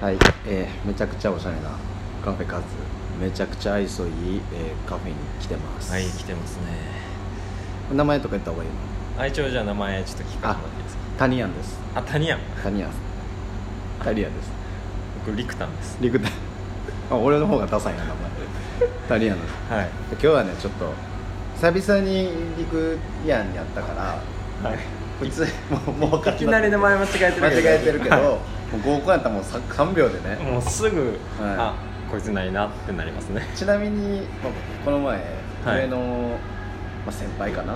はい、えーめちゃくちゃおしゃれなカフェカズめちゃくちゃ愛想いい、えーカフェに来てます、はい来てますね名前とか言った方がいいの愛鳥じゃあ名前ちょっと聞かせてもらっていいですかタニアンですあ谷山タニアンタリアンです僕陸丹ですリクタあ俺の方がダサいな名前タリアンですはい今日はねちょっと久々にリクヤンに会ったからはい普通もうもう分かんいきなり名前間違えてるけど間違えてるけど、 はもう合コンやったらもうさ3秒でね、 もうすぐ、あはこいつないなってなりますねちなみに、まあこの前、はい上の、まあ、先輩かな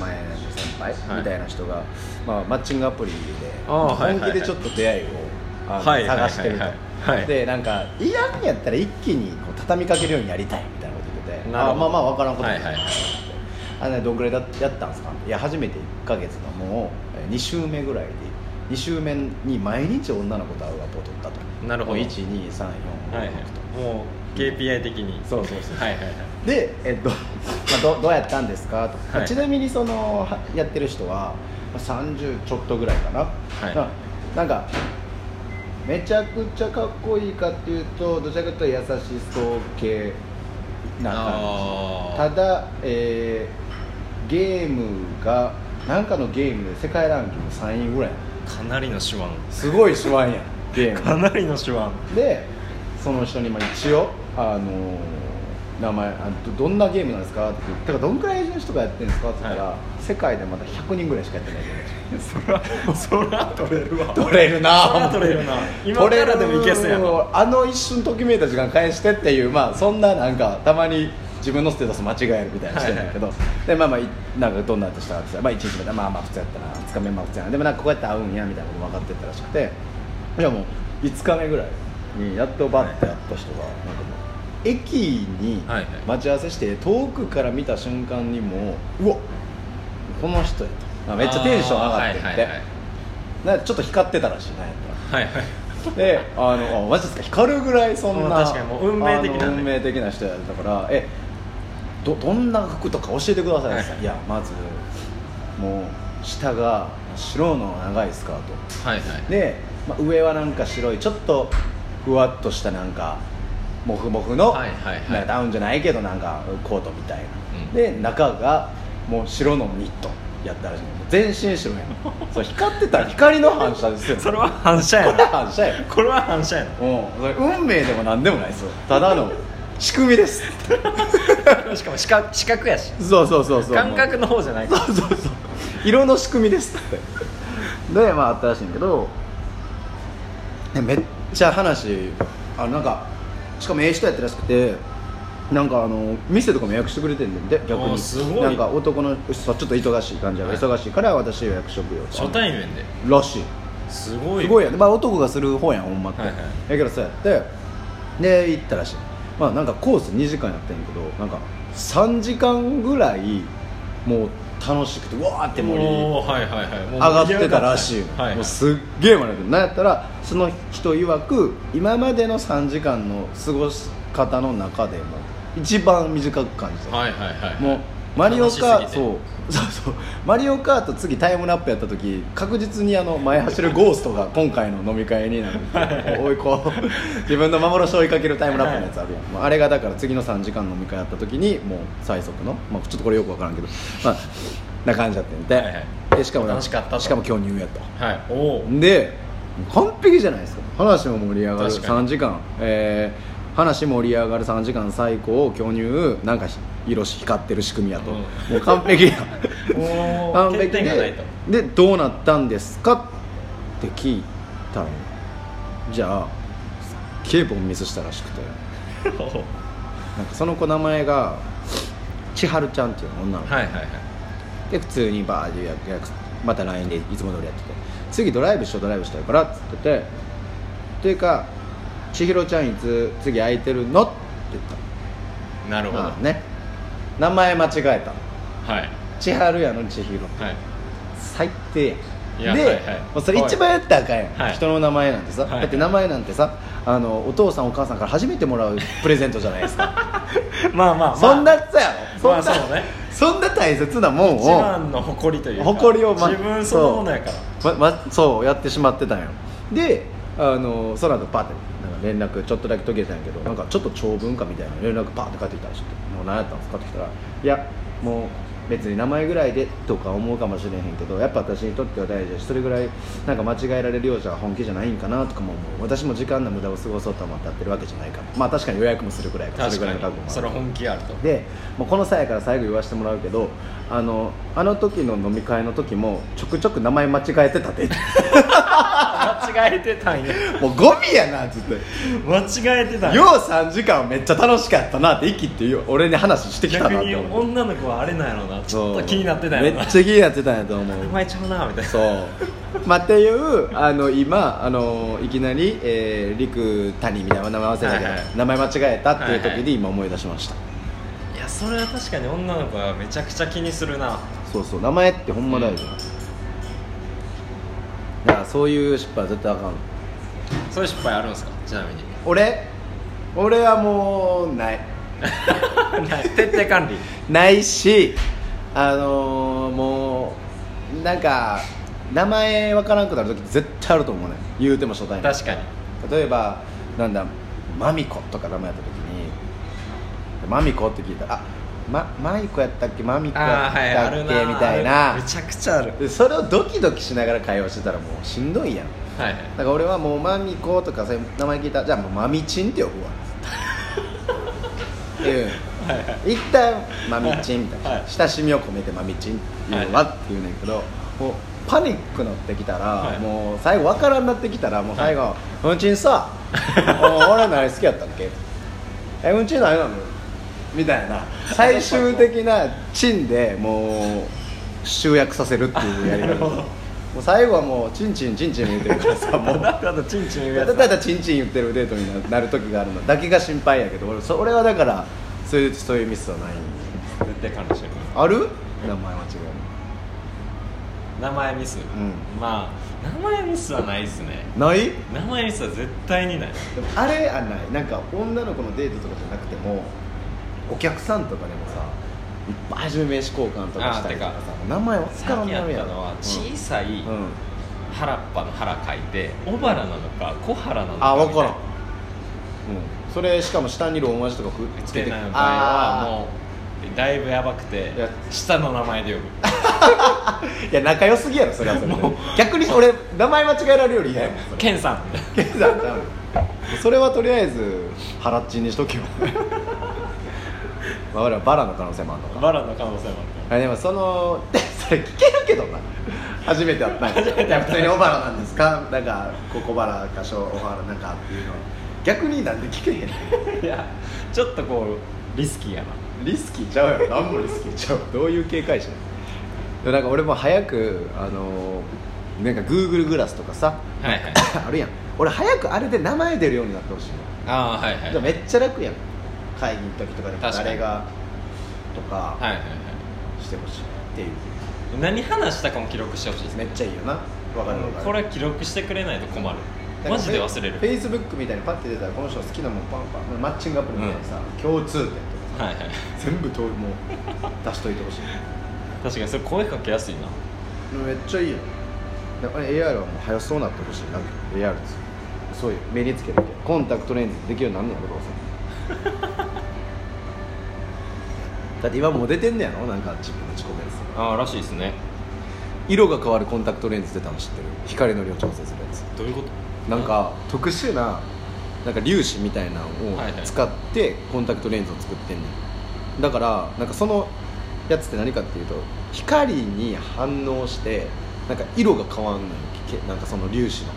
前の先輩はいみたいな人が、まあ、マッチングアプリでああはいはい本気でちょっと出会いをあのはい探してるとはいはいはいでなんかいらんやったら一気にこう畳みかけるようにやりたいみたいなこと言っててなるあほどまあまあ分からんことはいないはいはいあのねどんぐらいだやったんですかいや初めて1か月のもう2週目ぐらいで2週目に毎日女の子と会うアポを取ったとなるほど123456と、はいはいもう KPI 的にそうそうそうはいはいはいで、えっと まあ、どどうやったんですかと、まあはいちなみにそのはやってる人はまあ30ちょっとぐらいかな、いななんかめちゃくちゃかっこいいかっていうとどちらかというと優しそう系なあー感じただ、えーゲームがなんかのゲームで世界ランキング3位ぐらいかなりの手腕すごい手腕やんゲームかなりの手腕でその人にまあ一応あのー名前あどどんなゲームなんですかって言ってだからどんくらいの人がやってるんですかって言ったら、は世界でまだ100人ぐらいしかやってないそらそら取れるわ取れるそらな取れるな今からでもいけそうやなあの一瞬ときめいた時間返してっていうまあそんななんかたまに自分のステータス間違えるみたいなしてんだけど、でまあまあいなんかどんなとしたらまあ1日目だまあまあ普通やったな2日目まあ普通やなでもなんかこうやって会うんやみたいなこと分かってったらしくてじゃあもう5日目ぐらいにやっとバッて会った人がなんかもう駅にはいはい待ち合わせして遠くから見た瞬間にもううわこの人やとあめっちゃテンション上がってって、あーはいはいなんかちょっと光ってたらしいなやったらはいはいであのあマジですか光るぐらいそんな、まあ確かにもう運命的なねあの運命的な人やったからえどどんな服とか教えてください、はいい、やまずもう下が白の長いスカートはいはいで、まあ、上はなんか白いちょっとふわっとしたなんかモフモフの、はいはいはいなんかダウンじゃないけどなんかコートみたいな、うんで中がもう白のニットやったらしい全身白や んそう光ってたら光の反射ですよそれは反射やこれな反射やんこれは反射やなもうそれ運命でも何でもないですよただの仕組みです しかも視覚視覚やしそうそうそうそう感覚の方じゃないからそうそうそう色の仕組みですってでまああったらしいんだけどねめっちゃ話あなんかしかもええ人やったらしくてなんかあの店とかも予約してくれてんねんで逆あーにすごいなんか男の人ちょっと忙しい感じやから忙しいから私予約しとくよと初対面でらしいすごいすごいやんまあ、男がする方やんほんまって、はいはいやけどそうやってで行ったらしいまあなんかコース2時間やってんけどなんか3時間ぐらいもう楽しくてうわーって盛りおーはいはいはいも上うがってたらしい、はいはいもうすっげえ盛り上がってなんやったらその人曰く今までの3時間の過ごし方の中でも一番短く感じた、はいはいはいもうマリオカー楽しすぎそてう そうそうマリオカート次タイムラップやった時確実にあの前走るゴーストが今回の飲み会になんかおいこう自分の幻を追いかけるタイムラップのやつあるやん、もうあれがだから次の3時間飲み会やった時にもう最速の、まあ、ちょっとこれよく分からんけどまあな感じだってんで,、はいはいでしかも楽しかったとしかも今日入やとはいおおで完璧じゃないですか話も盛り上がる確か3に時間、えー話盛り上がる3時間最高巨乳なんかひ色し光ってる仕組みやと、うんもう完璧や おー完璧欠点がないとでどうなったんですかって聞いたのじゃあケーボンミスしたらしくてなんかその子名前が千春ちゃんっていう女の子、はいはいはいで普通にバーで予約予約また LINE でいつも通りやってて次ドライブしようドライブしたいからっつっててっていうか「千尋ちゃんいつ次空いてるの?」って言ったなるほどまはあね名前間違えたい千春やのに千尋はい最低いややんで、はいはいもうそれ一番やったらあかんやん、はい人の名前なんてさ、はいだって名前なんてさあのお父さんお母さんから初めてもらうプレゼントじゃないですか まあまあまあそんなやつやろそんまな、あそうねそんな大切なもんを一番の誇りというか誇りをま自分そのものやからままそうやってしまってたんよであのその後パーってなんか連絡ちょっとだけ途切れたんやけどなんかちょっと長文かみたいな連絡パーって返ってきたらしくてもう何やったんですかって来たらいやもう別に名前ぐらいでとか思うかもしれへんけどやっぱ私にとっては大事だしそれぐらいなんか間違えられるようじゃ本気じゃないんかなとかも思う私も時間の無駄を過ごそうと思ってやってるわけじゃないからまあ確かに予約もするぐらいから確それかぐらいの覚悟もあにるそれ本気あるとでもうこの際やから最後言わせてもらうけどあのあの時の飲み会の時もちょくちょく名前間違えてたで 間違えてたんやもうゴミやなっつって 間違えてたんよやう3時間めっちゃ楽しかったなって息っていう俺に話してきた逆なっにて思う女の子はあれなんやろうなちょそっうと気になってたんやめろなっちゃ気になってたんやと思う名前ちゃうなみたいなそう、まあ、っていうあの今あのいきなり、えー、陸谷みたいな名前忘れたけど、はいはい名前間違えたっていうはい時はで今思い出しました、いやそれは確かに女の子はめちゃくちゃ気にするなそうそう名前ってほんま大事な、だからそういう失敗は絶対あかんそういう失敗あるんですかちなみに俺俺はもうない ない徹底管理ないしあのーもうなんか名前わからんくなる時絶対あると思うね言うても初対面確かに例えばなんだマミコとか名前やった時にマミコって聞いたらあまマイコやったっけマミコやあっあはいたあっけるなみたいあなるめちゃくちゃあるでそれをドキドキしながら会話してたらもうしんどいやんはい はいだから俺はもうマミコとかそういう名前聞いたらじゃあもうマミチンって呼 ぶわうん一旦マミチンみたいな、はいはい親しみを込めてマミチンって言うわって言うねんけど、もうパニックなってきたら、はいもう最後わからんなってきたらもう最後「うんちん さお俺のあれ好きやったっけ?」えうんちんないなのみたいな最終的なチンでもう集約させるっていうやりなる方ほどもう最後はもうチンチンチンチン言ってるからさもうあとあとチンチン言うやただつただチンチン言ってるデートにななる時があるのだけが心配やけど俺それはだからそういうそういうミスはない徹底管理してるある名前間違名前ミス、んまあ名前ミスはないですねえないない名前ミスは絶対にないでもあれはないなんか女の子のデートとかじゃなくてもお客さんとかでもさいっぱい初め名刺交換とかしたりとかさあー名前を使さわっんきなやっるやたんのは小さいうんうん原っぱの原書いて小原なのか小原なのかあ分みかたいらん、なうん、それしかも下にローマ字とかくつつけけててない場合あはもうだいぶやばくていや下の名前で呼ぶーいや仲良すぎやろそれはそれでもう逆に俺名前間違えられるより嫌やもんそ れケンさん現在多分 それはとりあえず腹っちにしとけよ まあ俺はバラの可能性もあるのかバラの可能性もあでもその それ聞けるけどな初めて会ったんや初めて会った普通に小原なんですかなんかここバラか小原なんかっていうの逆になんで聞けへんあるからいやちょっとこうリスキーやなリスキーちゃうやろ何もリスキーちゃうどういう警戒心でもなんか俺も早くあのなんか Google グラスとかさはいはいあるやん俺早くあれで名前出るようになってほしいのああはいはいじゃあめっちゃ楽やん会議の時とかでも確かに誰がとかはいはいはいしてほしいっていう何話したかも記録してほしいですめねっちゃいいよなわかるわかるこれ記録してくれないと困るだからマジで忘れフェるイスブックみたいにパッて出たらこの人好きなもんパンパンマッチングアプリみたいにさ、共通点とかはいはい全部通りもう出しといてほしい確かにそれ声かけやすいなめっちゃいいよだから AR はもう早そうなってほしいな AR ですそういう目につけるけコンタクトレンズできるようになんねやろどう せだって今もう出てんねやろなんか自分の自己ベースああらしいですね色が変わるコンタクトレンズ出たの知ってる光の量調整するやつどういうことなんか特殊ななんか粒子みたいなのをはいはい使ってコンタクトレンズを作ってんねんだからなんかそのやつって何かっていうと光に反応してなんか色が変わんないけなんかその粒子の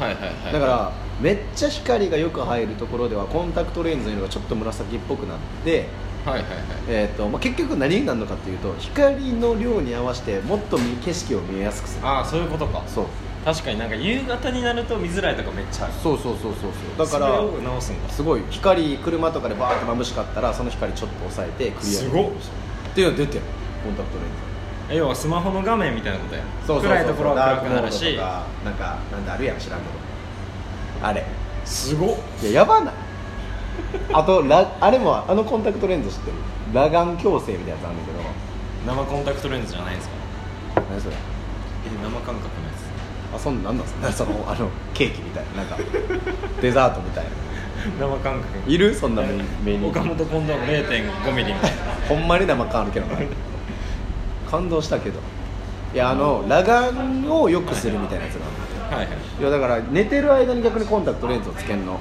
はいはいはいだからめっちゃ光がよく入るところではコンタクトレンズの色がちょっと紫っぽくなってはいはいはいえーとまあ、結局何になるのかっていうと光の量に合わせてもっと見景色を見えやすくするああそういうことかそう確かになんか夕方になると見づらいとかめっちゃあるそうそうそうそうそうだかそれをら直すんだすごい光車とかでバーって眩しかったらその光ちょっと抑えてクリアすごっっていうの出てるコンタクトレンえ要はスマホの画面みたいなことやズそうそうそう暗いところはダー暗クくモなーるドしとかなんかなんであるやん知らんけどあ れすごっいややばないあとラあれもあのコンタクトレンズ知ってる裸眼矯正みたいなやつあるんだけど生コンタクトレンズじゃないんですか何それえ生感覚のやあそんなんなんすかそのあのケーキみたいななんかデザートみたいな 生感覚いるそんなメニュー岡本近藤の0.5ミリみたい なほんまに生感あるけどな感動したけどいやあの裸眼を良くするみたいなやつがあるはいはいいやだから寝てる間に逆にコンタクトレンズをつけんの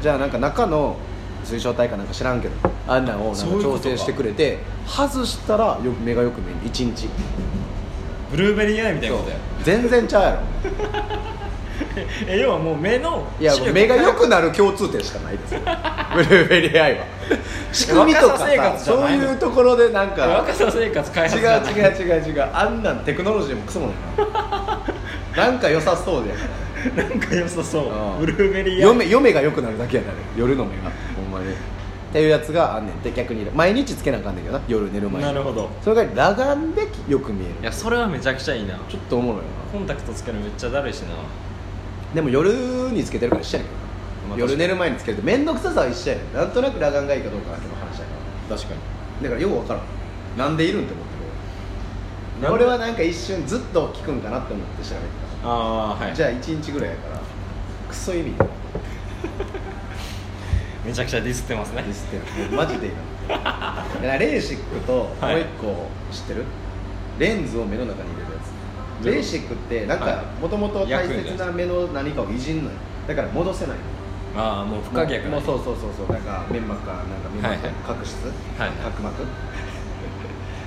じゃあなんか中の水晶体かなんか知らんけどあんなんをなんそういかうこと調整かしてくれて外したらよく目がよく見える1日ブルーベリーアイみたいなことや全然ちゃうやろえ要はもう目のいやもう目が良くなる共通点しかないですよブルーベリーアイは 仕組みとか若さ生さ活じゃそうないのいうところでなんか若さ生活開違発うじゃない違う違う違うあんなんテクノロジーもクソもんやななんか良さそうでなんか良さそううんブルーベリーアイ嫁嫁が良くなるだけやなる夜の目がほんまにっていうやつがあんねんって逆に毎日つけなあかんねんけどな夜寝る前になるほどそれが裸眼でよく見えいるやそれはめちゃくちゃいいなちょっとおもろいよコンタクトつけるのめっちゃだるいしななでも夜につけてるから一緒やねんけどまあな夜寝る前につけると面倒くささは一緒やねんなんとなく裸眼がいいかどうかだけの話やから確かにだからよう分からんなんでいるんって思ってなんるで俺はなんか一瞬ずっと効くんかなって思って調べてああた、はいじゃあ1日ぐらいやからクソ意味ないめちゃくちゃディスってますねディスって るマジでいいなだからレーシックともうはい一個知ってる、レンズを目の中に入れるやつどうレーシックってなんはかもともと大切な目の何かをいじんのよだから戻せないああもう不可逆だもうそうそうそうそうなんか粘膜かなんか粘はいはい膜角質はい角膜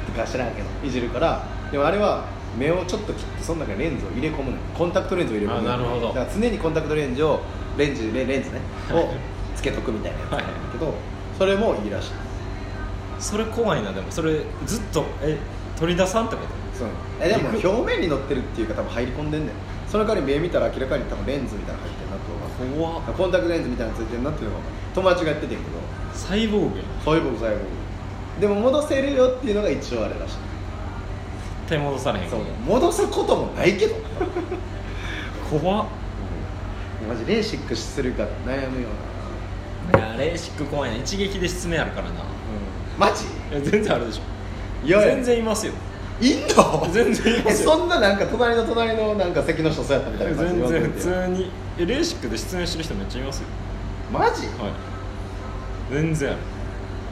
とか知らんけどいじるからでもあれは目をちょっと切ってその中にレンズを入れ込むのよコンタクトレンズを入れ込むのよあなるほどだから常にコンタクトレンズをレンズレレンズねはいをつけとくみたいなやつはいはいけどそれもいいらしいそれ怖いなでもそれずっとえ取り出さんってことそうえでも表面に乗ってるっていうか多分入り込んでんだよその代わり目見たら明らかに多分レンズみたいなの入ってるなと思怖うコンタクトレンズみたいなのついてるなっていうのが友達がやっててんけどサイボーグやそういうことそういうことでも戻せるよっていうのが一応あれらしい絶対戻されへんそう戻すこともないけど怖っマジレーシックするか悩むよないやレーシック怖いな一撃で失明あるからなマジいや全然あるでしょいや全然いますよいんの全然いまえすよそんななんか隣の隣のなんか席の人そうやったみたいな感じで言全わ然んと普いて通にえレーシックで失明してる人めっちゃいますよマジはい全然ある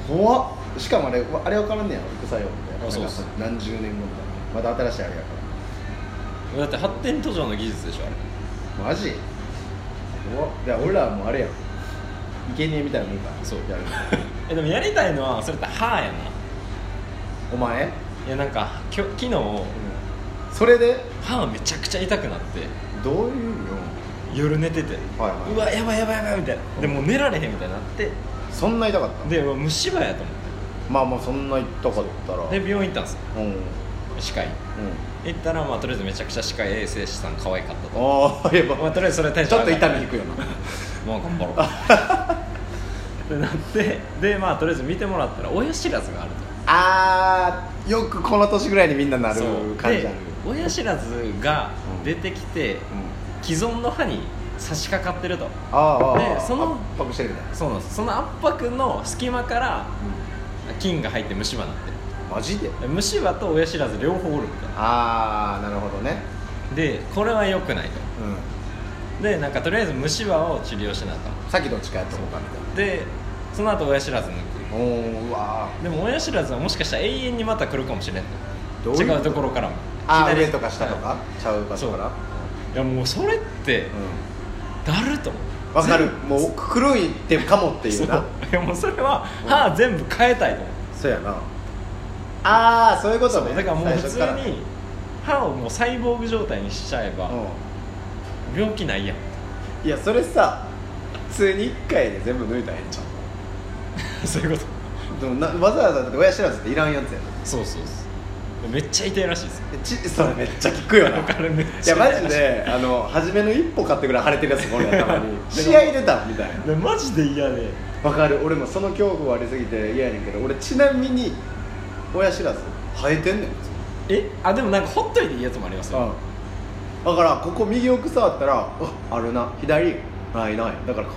怖っしかもあれあれ分からんねやろ副作用みたいなあそうっすなんか何十年後みたいなまた新しいあれやかだって発展途上の技術でしょあれらマジ怖っいや俺らはもうあれやん生贄みたいなもんかそうやる えでもやりたいのはそれって歯やなお前、いやなんかきょ昨日それで歯めちゃくちゃ痛くなってどういうの夜寝てて、はいはいうわやばいやばいやばいみたいなでもう寝られへんみたいになってそんな痛かったでうわ虫歯やと思っまあまあそんな痛かったらてで病院行ったんですようんうん歯科医行ったらまあとりあえずめちゃくちゃ歯科衛生士さん可愛かったとああやっぱまあとりあえずそれはテンシちョょンっと上が痛るみ引くよなもう頑張ろうってなってでまあとりあえず見てもらったら親知らずがあるとあーよくこの年ぐらいにみんななるそう感じである親知らずが出てきうて、ん既存の歯に差し掛かってるとああああでその圧迫してるみたいなそうなんですその圧迫の隙間から菌が入って虫歯になってるマジでで虫歯と親知らず両方おるみたいなああなるほどねでこれは良くないとうでなんかとりあえず虫歯を治療しなんとさっきどっちかやったのかみでその後親知らず抜くたいなおーうわでも親知らずはもしかしたら永遠にまた来るかもしれんどとういうこと違うところからもああ左上とか下とかちゃう場所からいやもうそれってうだると思んわかるもう狂いってかもってういそううないやもうそれは歯全部変えたいと思うそうやなああそういうことねだからもう普通最初からに歯をもうサイボーグ状態にしちゃえばうん病気ないやん いやそれさ普通に1回で全部抜いたらええんちゃうそういうことでもなわざわざだって親知らずっていらんやつやなそうそうそうめっちゃ痛いらしいですよえちそれめっちゃ効くよなあれめっいちゃや痛マいらしジであの初めの一歩買ってぐらい腫れてるやつもおるやんたまに試合出たみたいなでマジで嫌でわかる俺もその恐怖ありすぎて嫌やねんけど俺ちなみに親知らず生えてんねんえあでもなんかほっといていいやつもありますよだからここ右奥触ったらああるな左ないないだから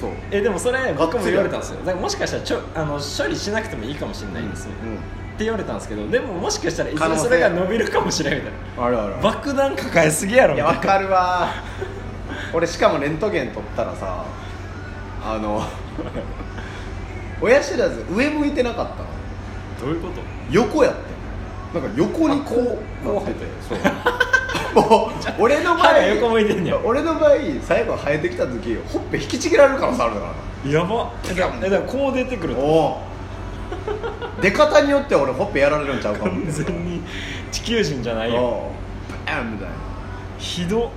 そうえでもそれがっつり僕も言われたんですよだからもしかしたらちょあの処理しなくてもいいかもしれないですよ、うんって言われたんですけどでももしかしたらいず可能れ性それが伸びるかもしれんみたいなあるある爆弾抱えすぎやろいみやたいわなかるわ 俺しかもレントゲン撮ったらさあの 親知らず上向いてなかったのどういうこと横やってんなんか横にこうこう生えててそうもう 俺の場歯合が横向いてんねや俺の場合最後生えてきた時ほっぺ引きちぎられる可能性あるからなやばえだえだからこう出てくる とおお出方によっては俺ほっぺやられるんちゃうかも完全に地球人じゃないよおうバーンみたいなひどもう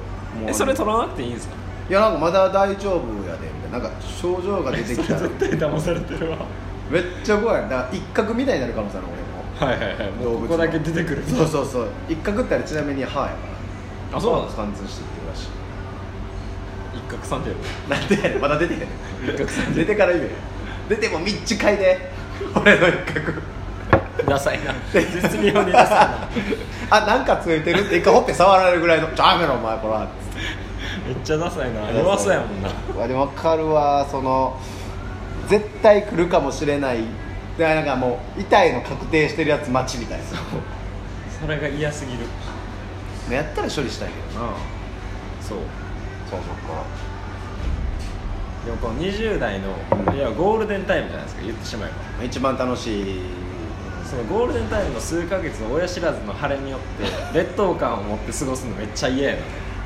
えそれ取らなくていいんですかいやなんかまだ大丈夫やでみたいななんか症状が出て きたら絶対騙されてるわめっちゃ怖いだから一角みたいになる可能性あるはいはいはい俺ももうここだけ出てくるそうそうそう一角ってあれちなみに歯やからあそうなんです貫通していってるらしい一攫三鳥なんでやねんまだ出てへんね一攫三ん出てから言えよ出てもみっちかいで俺の一 角鳥ダサいな 絶妙にダサ あなんかついてるって一回ほっぺ触られるぐらいの「ちょやめろお前こら」っつってい なめっちゃダサいな弱そうやもんなうわでも分かるわその絶対来るかもしれないでなんかもう痛いの確定してるやつ待ちみたいなそれが嫌すぎるねやったら処理したいけどなそそううそっかでもこの20代のいやゴールデンタイムじゃないですか言ってしまえば一番楽しいそのゴールデンタイムの数ヶ月の親知らずの晴れによって劣等感を持って過ごすのめっちゃ嫌やな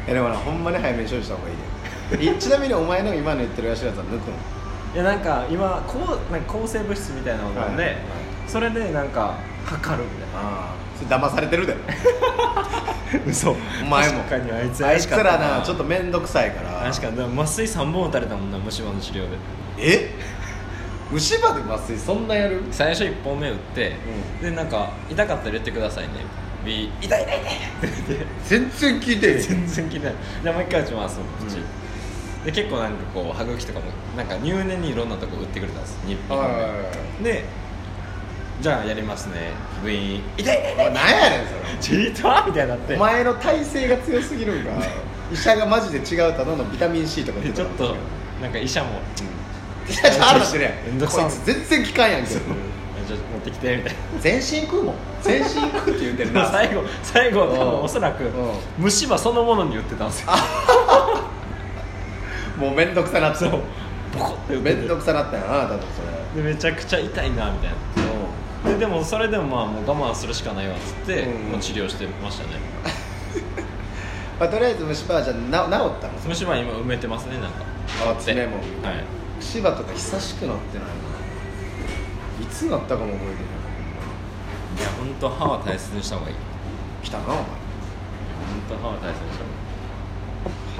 えでもなほんまに早めに処理した方がいいでいちなみにお前の今の言ってるやしらずは抜くのいやなんか今こうなんか抗生物質みたいなのがあるんで、はいはいそれでなんか測るみたいなああそれ騙されてるで嘘お前も確かにあいつあいつらなちょっとと面倒くさいから確かにだから麻酔3本打たれたもんな虫歯の治療でえ虫歯で麻酔そんなやる最初1本目打って、でなんか痛かったら言ってくださいねビー痛い痛い痛いって言って全然聞いてへん全然聞いてないじゃあもう一回打ちます口、で結構なんかこう歯茎とかもなんか入念にいろんなとこ打ってくれたんです日おい本目でじゃあやりますねブイーン痛い痛いおいおい何やねんチートーみたいになっそれてお前の体勢が強すぎ るんか医者がマジで違うただのビタミン C とか言てでちょたっかもしれとんなんか医者もいやちょっとあるしてるやんめんどくさこいつ全然聞かんやんけどじゃあ持ってきてみたい全身食うもん全身食うって言ってるなな最後最後多うん分おそらくうん虫歯そのものに言ってたんですよ もう面倒くさなってそうボコって打って面倒くさなったよな多分それでめちゃくちゃ痛いなみたいなででもそれでもまあもう我慢するしかないわっつって、うんもう治療してましたねまあ、とりあえず虫歯はじゃあな治ったの虫歯今埋めてますねなんかあ爪もはい虫歯とか久しくなってないないつなったかも覚えていや本当歯は大切にした方がいいない来たなお前本当歯は大切にした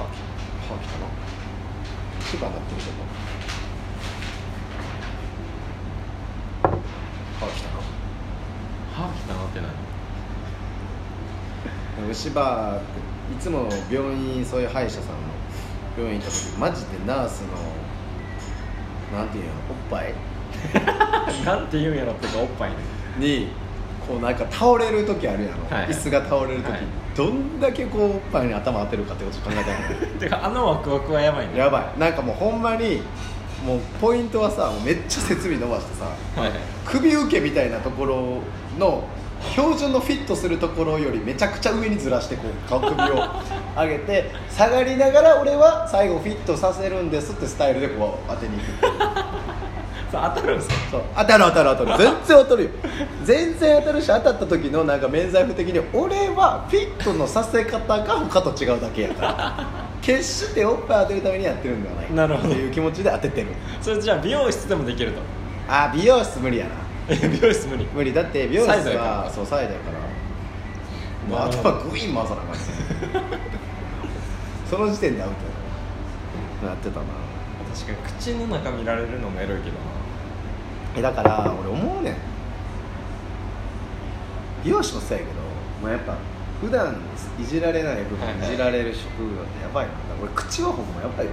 方がいい歯歯来たな虫歯になってるけど歯来たな歯きたなってない虫歯っていつも病院そういう歯医者さんの病院行った時マジでナースのなんていうんやろおっぱいなんて言うんやろってかおっぱいねにこうなんか倒れる時あるやろ、はいはい椅子が倒れる時、はいどんだけこうおっぱいに頭当てるかってこと考えたらね てかあのワクワクはやばいねやばいなんかもうほんまにもうポイントはさもうめっちゃ設備伸ばしてさはいはい首受けみたいなところの標準のフィットするところよりめちゃくちゃ上にずらしてこう顔首を上げて 下がりながら俺は最後フィットさせるんですってスタイルでこう当てにいくっていうさあ当たるんですかそう当たる当たる当たる全然当たるよ全然当たるし当たった時のなんか免罪符的に俺はフィットのさせ方が他と違うだけや から決しておっぱい当てるためにやってるんではないなるほどっていう気持ちで当ててるそれじゃあ美容室でもできるとあ美容室無理やなえ 美容室無理無理だって美容室サイドやかはらそうサイドやからもうなるほど頭グイーン回さなあかんし その時点でアウトやななってたな確かに口の中見られるのもエロいけどなえだから俺思うねん美容師もそうやけど、まあ、やっぱ普段いじられない部はい分いはいじられる職業ってやばいな俺口はほんまやばいと思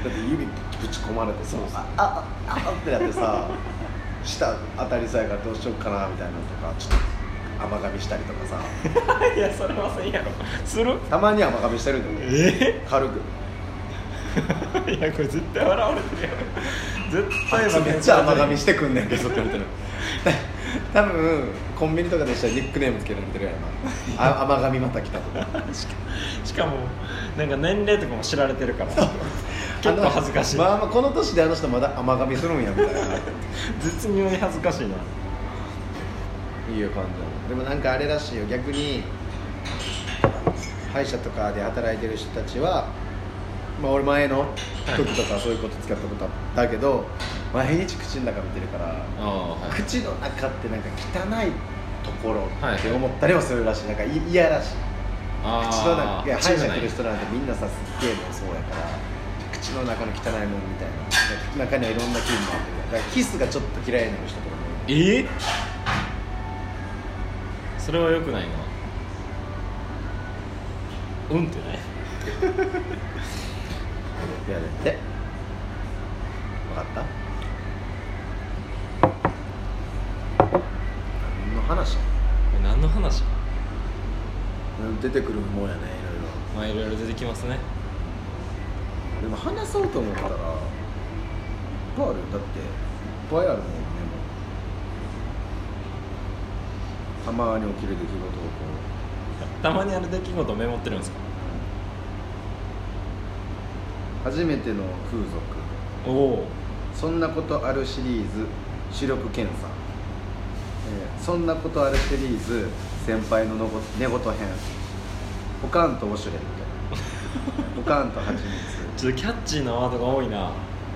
うだって指ぶち込まれてさああああってなってさ舌当たりそうやからどうしようかなみたいなのとかちょっと甘噛みしたりとかさ いやそれはせんやろするたまに甘噛みしてるんだよねえ軽く いやこれ絶対笑われてるやろ絶あ対いつめっちゃ甘噛みしてくんねんけどって言われてる 多分コンビニとかでしたらニックネームつけられてるやろなあ甘神また来たと かしかもなんか年齢とかも知られてるから結構恥ずかしい、あのまあまあこの年であの人まだ甘神するんやみたいな 絶妙に恥ずかしいないいよ感じでもなんかあれらしいよ逆に歯医者とかで働いてる人たちはまあ俺前の時とかそういうこと使ったことあったけど、毎日口の中見てるからああはい口の中ってなんか汚いところはいって思ったりもするらしいなんかい嫌らしい口のあ中ーいや歯医者来る口人なんてみんなさすっげえもうそうやから口の中の汚いもんみたいな中にはいろんな菌もあるみたいなだからキスがちょっと嫌いな人とかもいるえそれはよくないなうんってねやるって分かった何の話何の話出てくるもんやねいまあいろいろ出てきますねろいろでも話そうと思ったらいっぱいあるよだっていっぱいあるもんねもうたまに起きる出来事をこたまにある出来事メモってるんですかう初めての風俗おおそんなことあるシリーズ視力検査、えーそんなことあるシリーズ先輩ののご寝言編おかんとウォシュレットおかんと蜂蜜ちょっとキャッチーなワードが多いな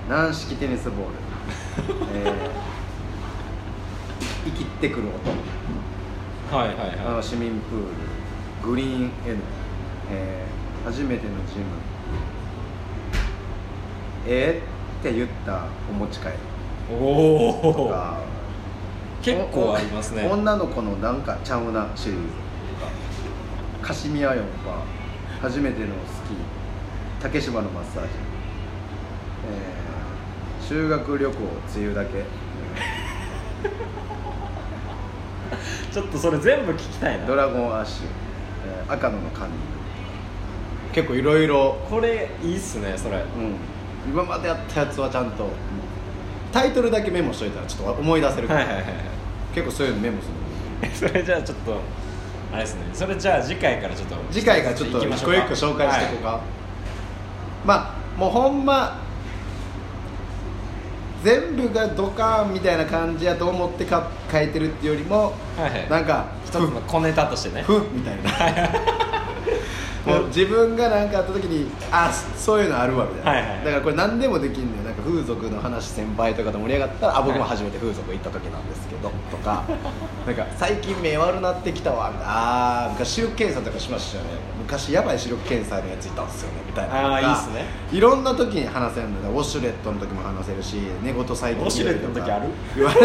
軟式テニスボール、えー、生きてくる音はいはいあのは市民プールグリーン N、えー初めてのジムえー、って言ったお持ち帰りいおとおか結構ありますねおお女の子のなんかちゃうなシリーズとかカシミヤヨンは初めてのスキー竹芝のマッサージ、えー修学旅行梅雨だけちょっとそれ全部聞きたいドなラゴンアッシュ、えー赤野のカンニング結構いろいろこれいいっすねそれうん今までやったやつはちゃんとタイトルだけメモしといたらちょっと思い出せるから、はいはいはい結構そういうのメモするえそれじゃあちょっとあれですねそれじゃあ次回からちょっと次回からちょっと行きま一しょ個う一か個紹介していこうか、まあもうほんま全部がドカーンみたいな感じやと思ってか書いてるっていうよりもはいはいなんか一つの小ネタとしてねふみたいな もう自分が何かあった時にあそういうのあるわみたいな、はいはいはいだからこれ何でもできんのよなんか風俗の話先輩とかと盛り上がったらあ僕も初めて風俗行った時なんですけどとかなんか最近目悪なってきたわみたいなああー昔視力検査とかしましたよね昔やばい視力検査のやついたんですよねみたいなあーとかいいっすねいろんな時に話せるのよだからウォシュレットの時も話せるし寝言最近ウォシュレットの時ある言われ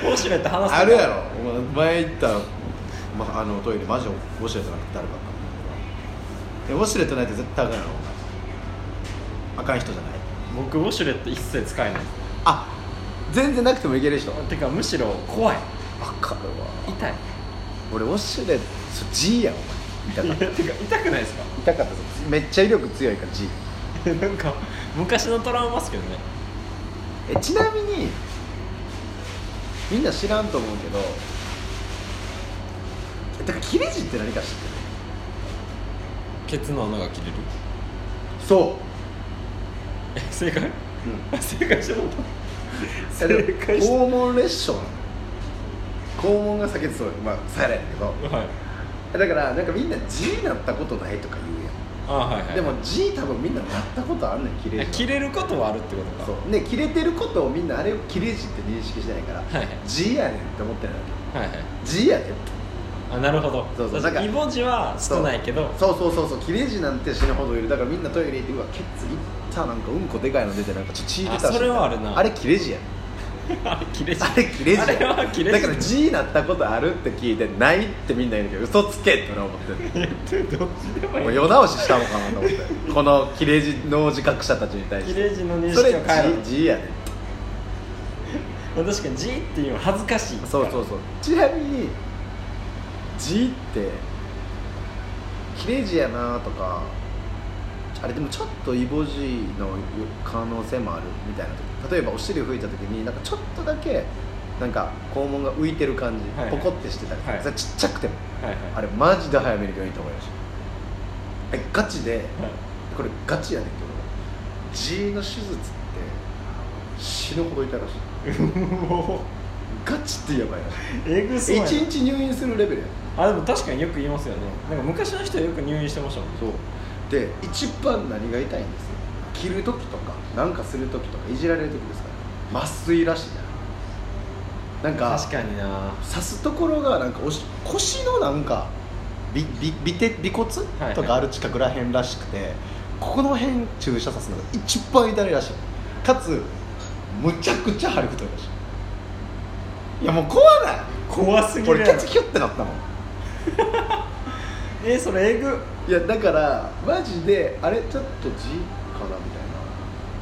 た面白いって話すあるやろお前前行った、まあ、あのトイレマジウォシュレットなくてだるかったでウォシュレットないと絶対あかんやろお前あかん人じゃない僕ウォシュレット一切使えないあ全然なくてもいける人てかむしろ怖い分かるわ痛い俺ウォシュレット G やんお前いや痛かてっか痛くないですかた痛かったぞめっちゃ威力強いから G なんか昔のトラウマっすけどねえちなみにみんな知らんと思うけどえだから切れ字って何か知ってるケツの穴が切れるそえ正解う、うんあ正解してもらっいやでも正解した肛門裂傷なの肛門が裂けてそうよまあされやねんけどたはだいからなんかみんな G になったことないとか言うやあはいはいんでも G 多分みんななったことあんねん切れえ字切れることはあるってことかそうで切れてることをみんなあれを切れ字って認識してないから、はい G やねんって思ってないわけはいはい G やねんってあなるほどそうそうだなからんかイボ字は少ないけどそうそうそうそう切れ字なんて死ぬほどいるだからみんなトイレ行ってうわケツいったなんかうんこでかいの出てなんかちょっと血出たしあそれはあるなあれ切れ字やねんあれ切れ字あれ切れ字あれは切れ字だから G なったことあるって聞いてないってみんな言うけど嘘つけって俺は思ってるいやどっちでもいいもう世直ししたのかなと思ってこの切れ字の自覚者たちに対して切れ字の認それ識を変えろ G, G やねまあ確かに G っていうのは恥ずかしいからそうそうそうちなみに G って切れ字やなとかあれでもちょっとイボ G の可能性もあるみたいな時例えばお尻拭いた時になんかちょっとだけなんか肛門が浮いてる感じ、はいポコってしてたりとか、はいそれちっちゃくてもはいあれマジで早めに病院行った方がいいらしいえガチでこれガチやねんけど G の手術って死ぬほど痛いらしいはいガチってやばいらしいえぐそうやな1日入院するレベルやあでも確かによく言いますよねなんか昔の人はよく入院してましたもんそうで一番何が痛いんですよ切る時とかなんかする時とかいじられる時ですから麻酔らしいななんか確かにな刺すところがなんかおし腰のなんかびびびて尾骨はいはいとかある近くらへんらしくて、ここの辺注射刺すのが一番痛いらしいかつむちゃくちゃ張り太いらしいいやもう怖ない怖すぎる俺やケろツキュッてなったもんえそれえぐいやだからマジであれちょっと G かなみたいな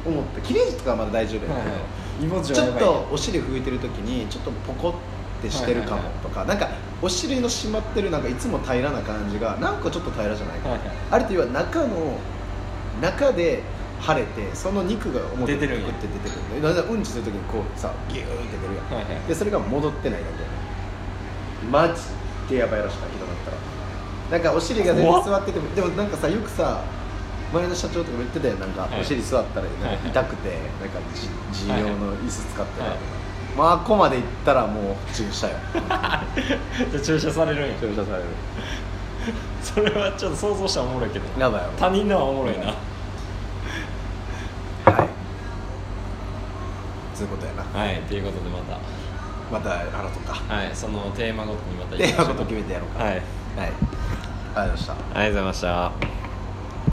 思って切れ字とかはまだ大丈夫やけど、い芋ちょっとお尻拭いてる時にちょっとポコってしてるかもとか、なんかお尻の締まってるなんかいつも平らな感じがなんかちょっと平らじゃないか、はいはいあれというは中の中で腫れてその肉が表に出てるんやグッて出てくるんだよだからうんちする時にこうさギューって出るやん、はいはいでそれが戻ってないだけマジでやばいらしいなひどかったらなんかお尻が全怖然っ座っててもでもなんかさよくさ前の社長とかも言ってたよなんか、はいお尻座ったらなんか痛くて、なんかじ自用の椅子使ってたりとか、はいまあここまで行ったらもう注射よじゃあ注射されるんや注射されるそれはちょっと想像したらおもろいけどやばいよ他人のはおもろいなはいそういうことやなはいということでまたまた話そうかはいそのテーマごとにまた行テ きましーょマうごと決めてやろうかははいいありがとうございましたありがとうございました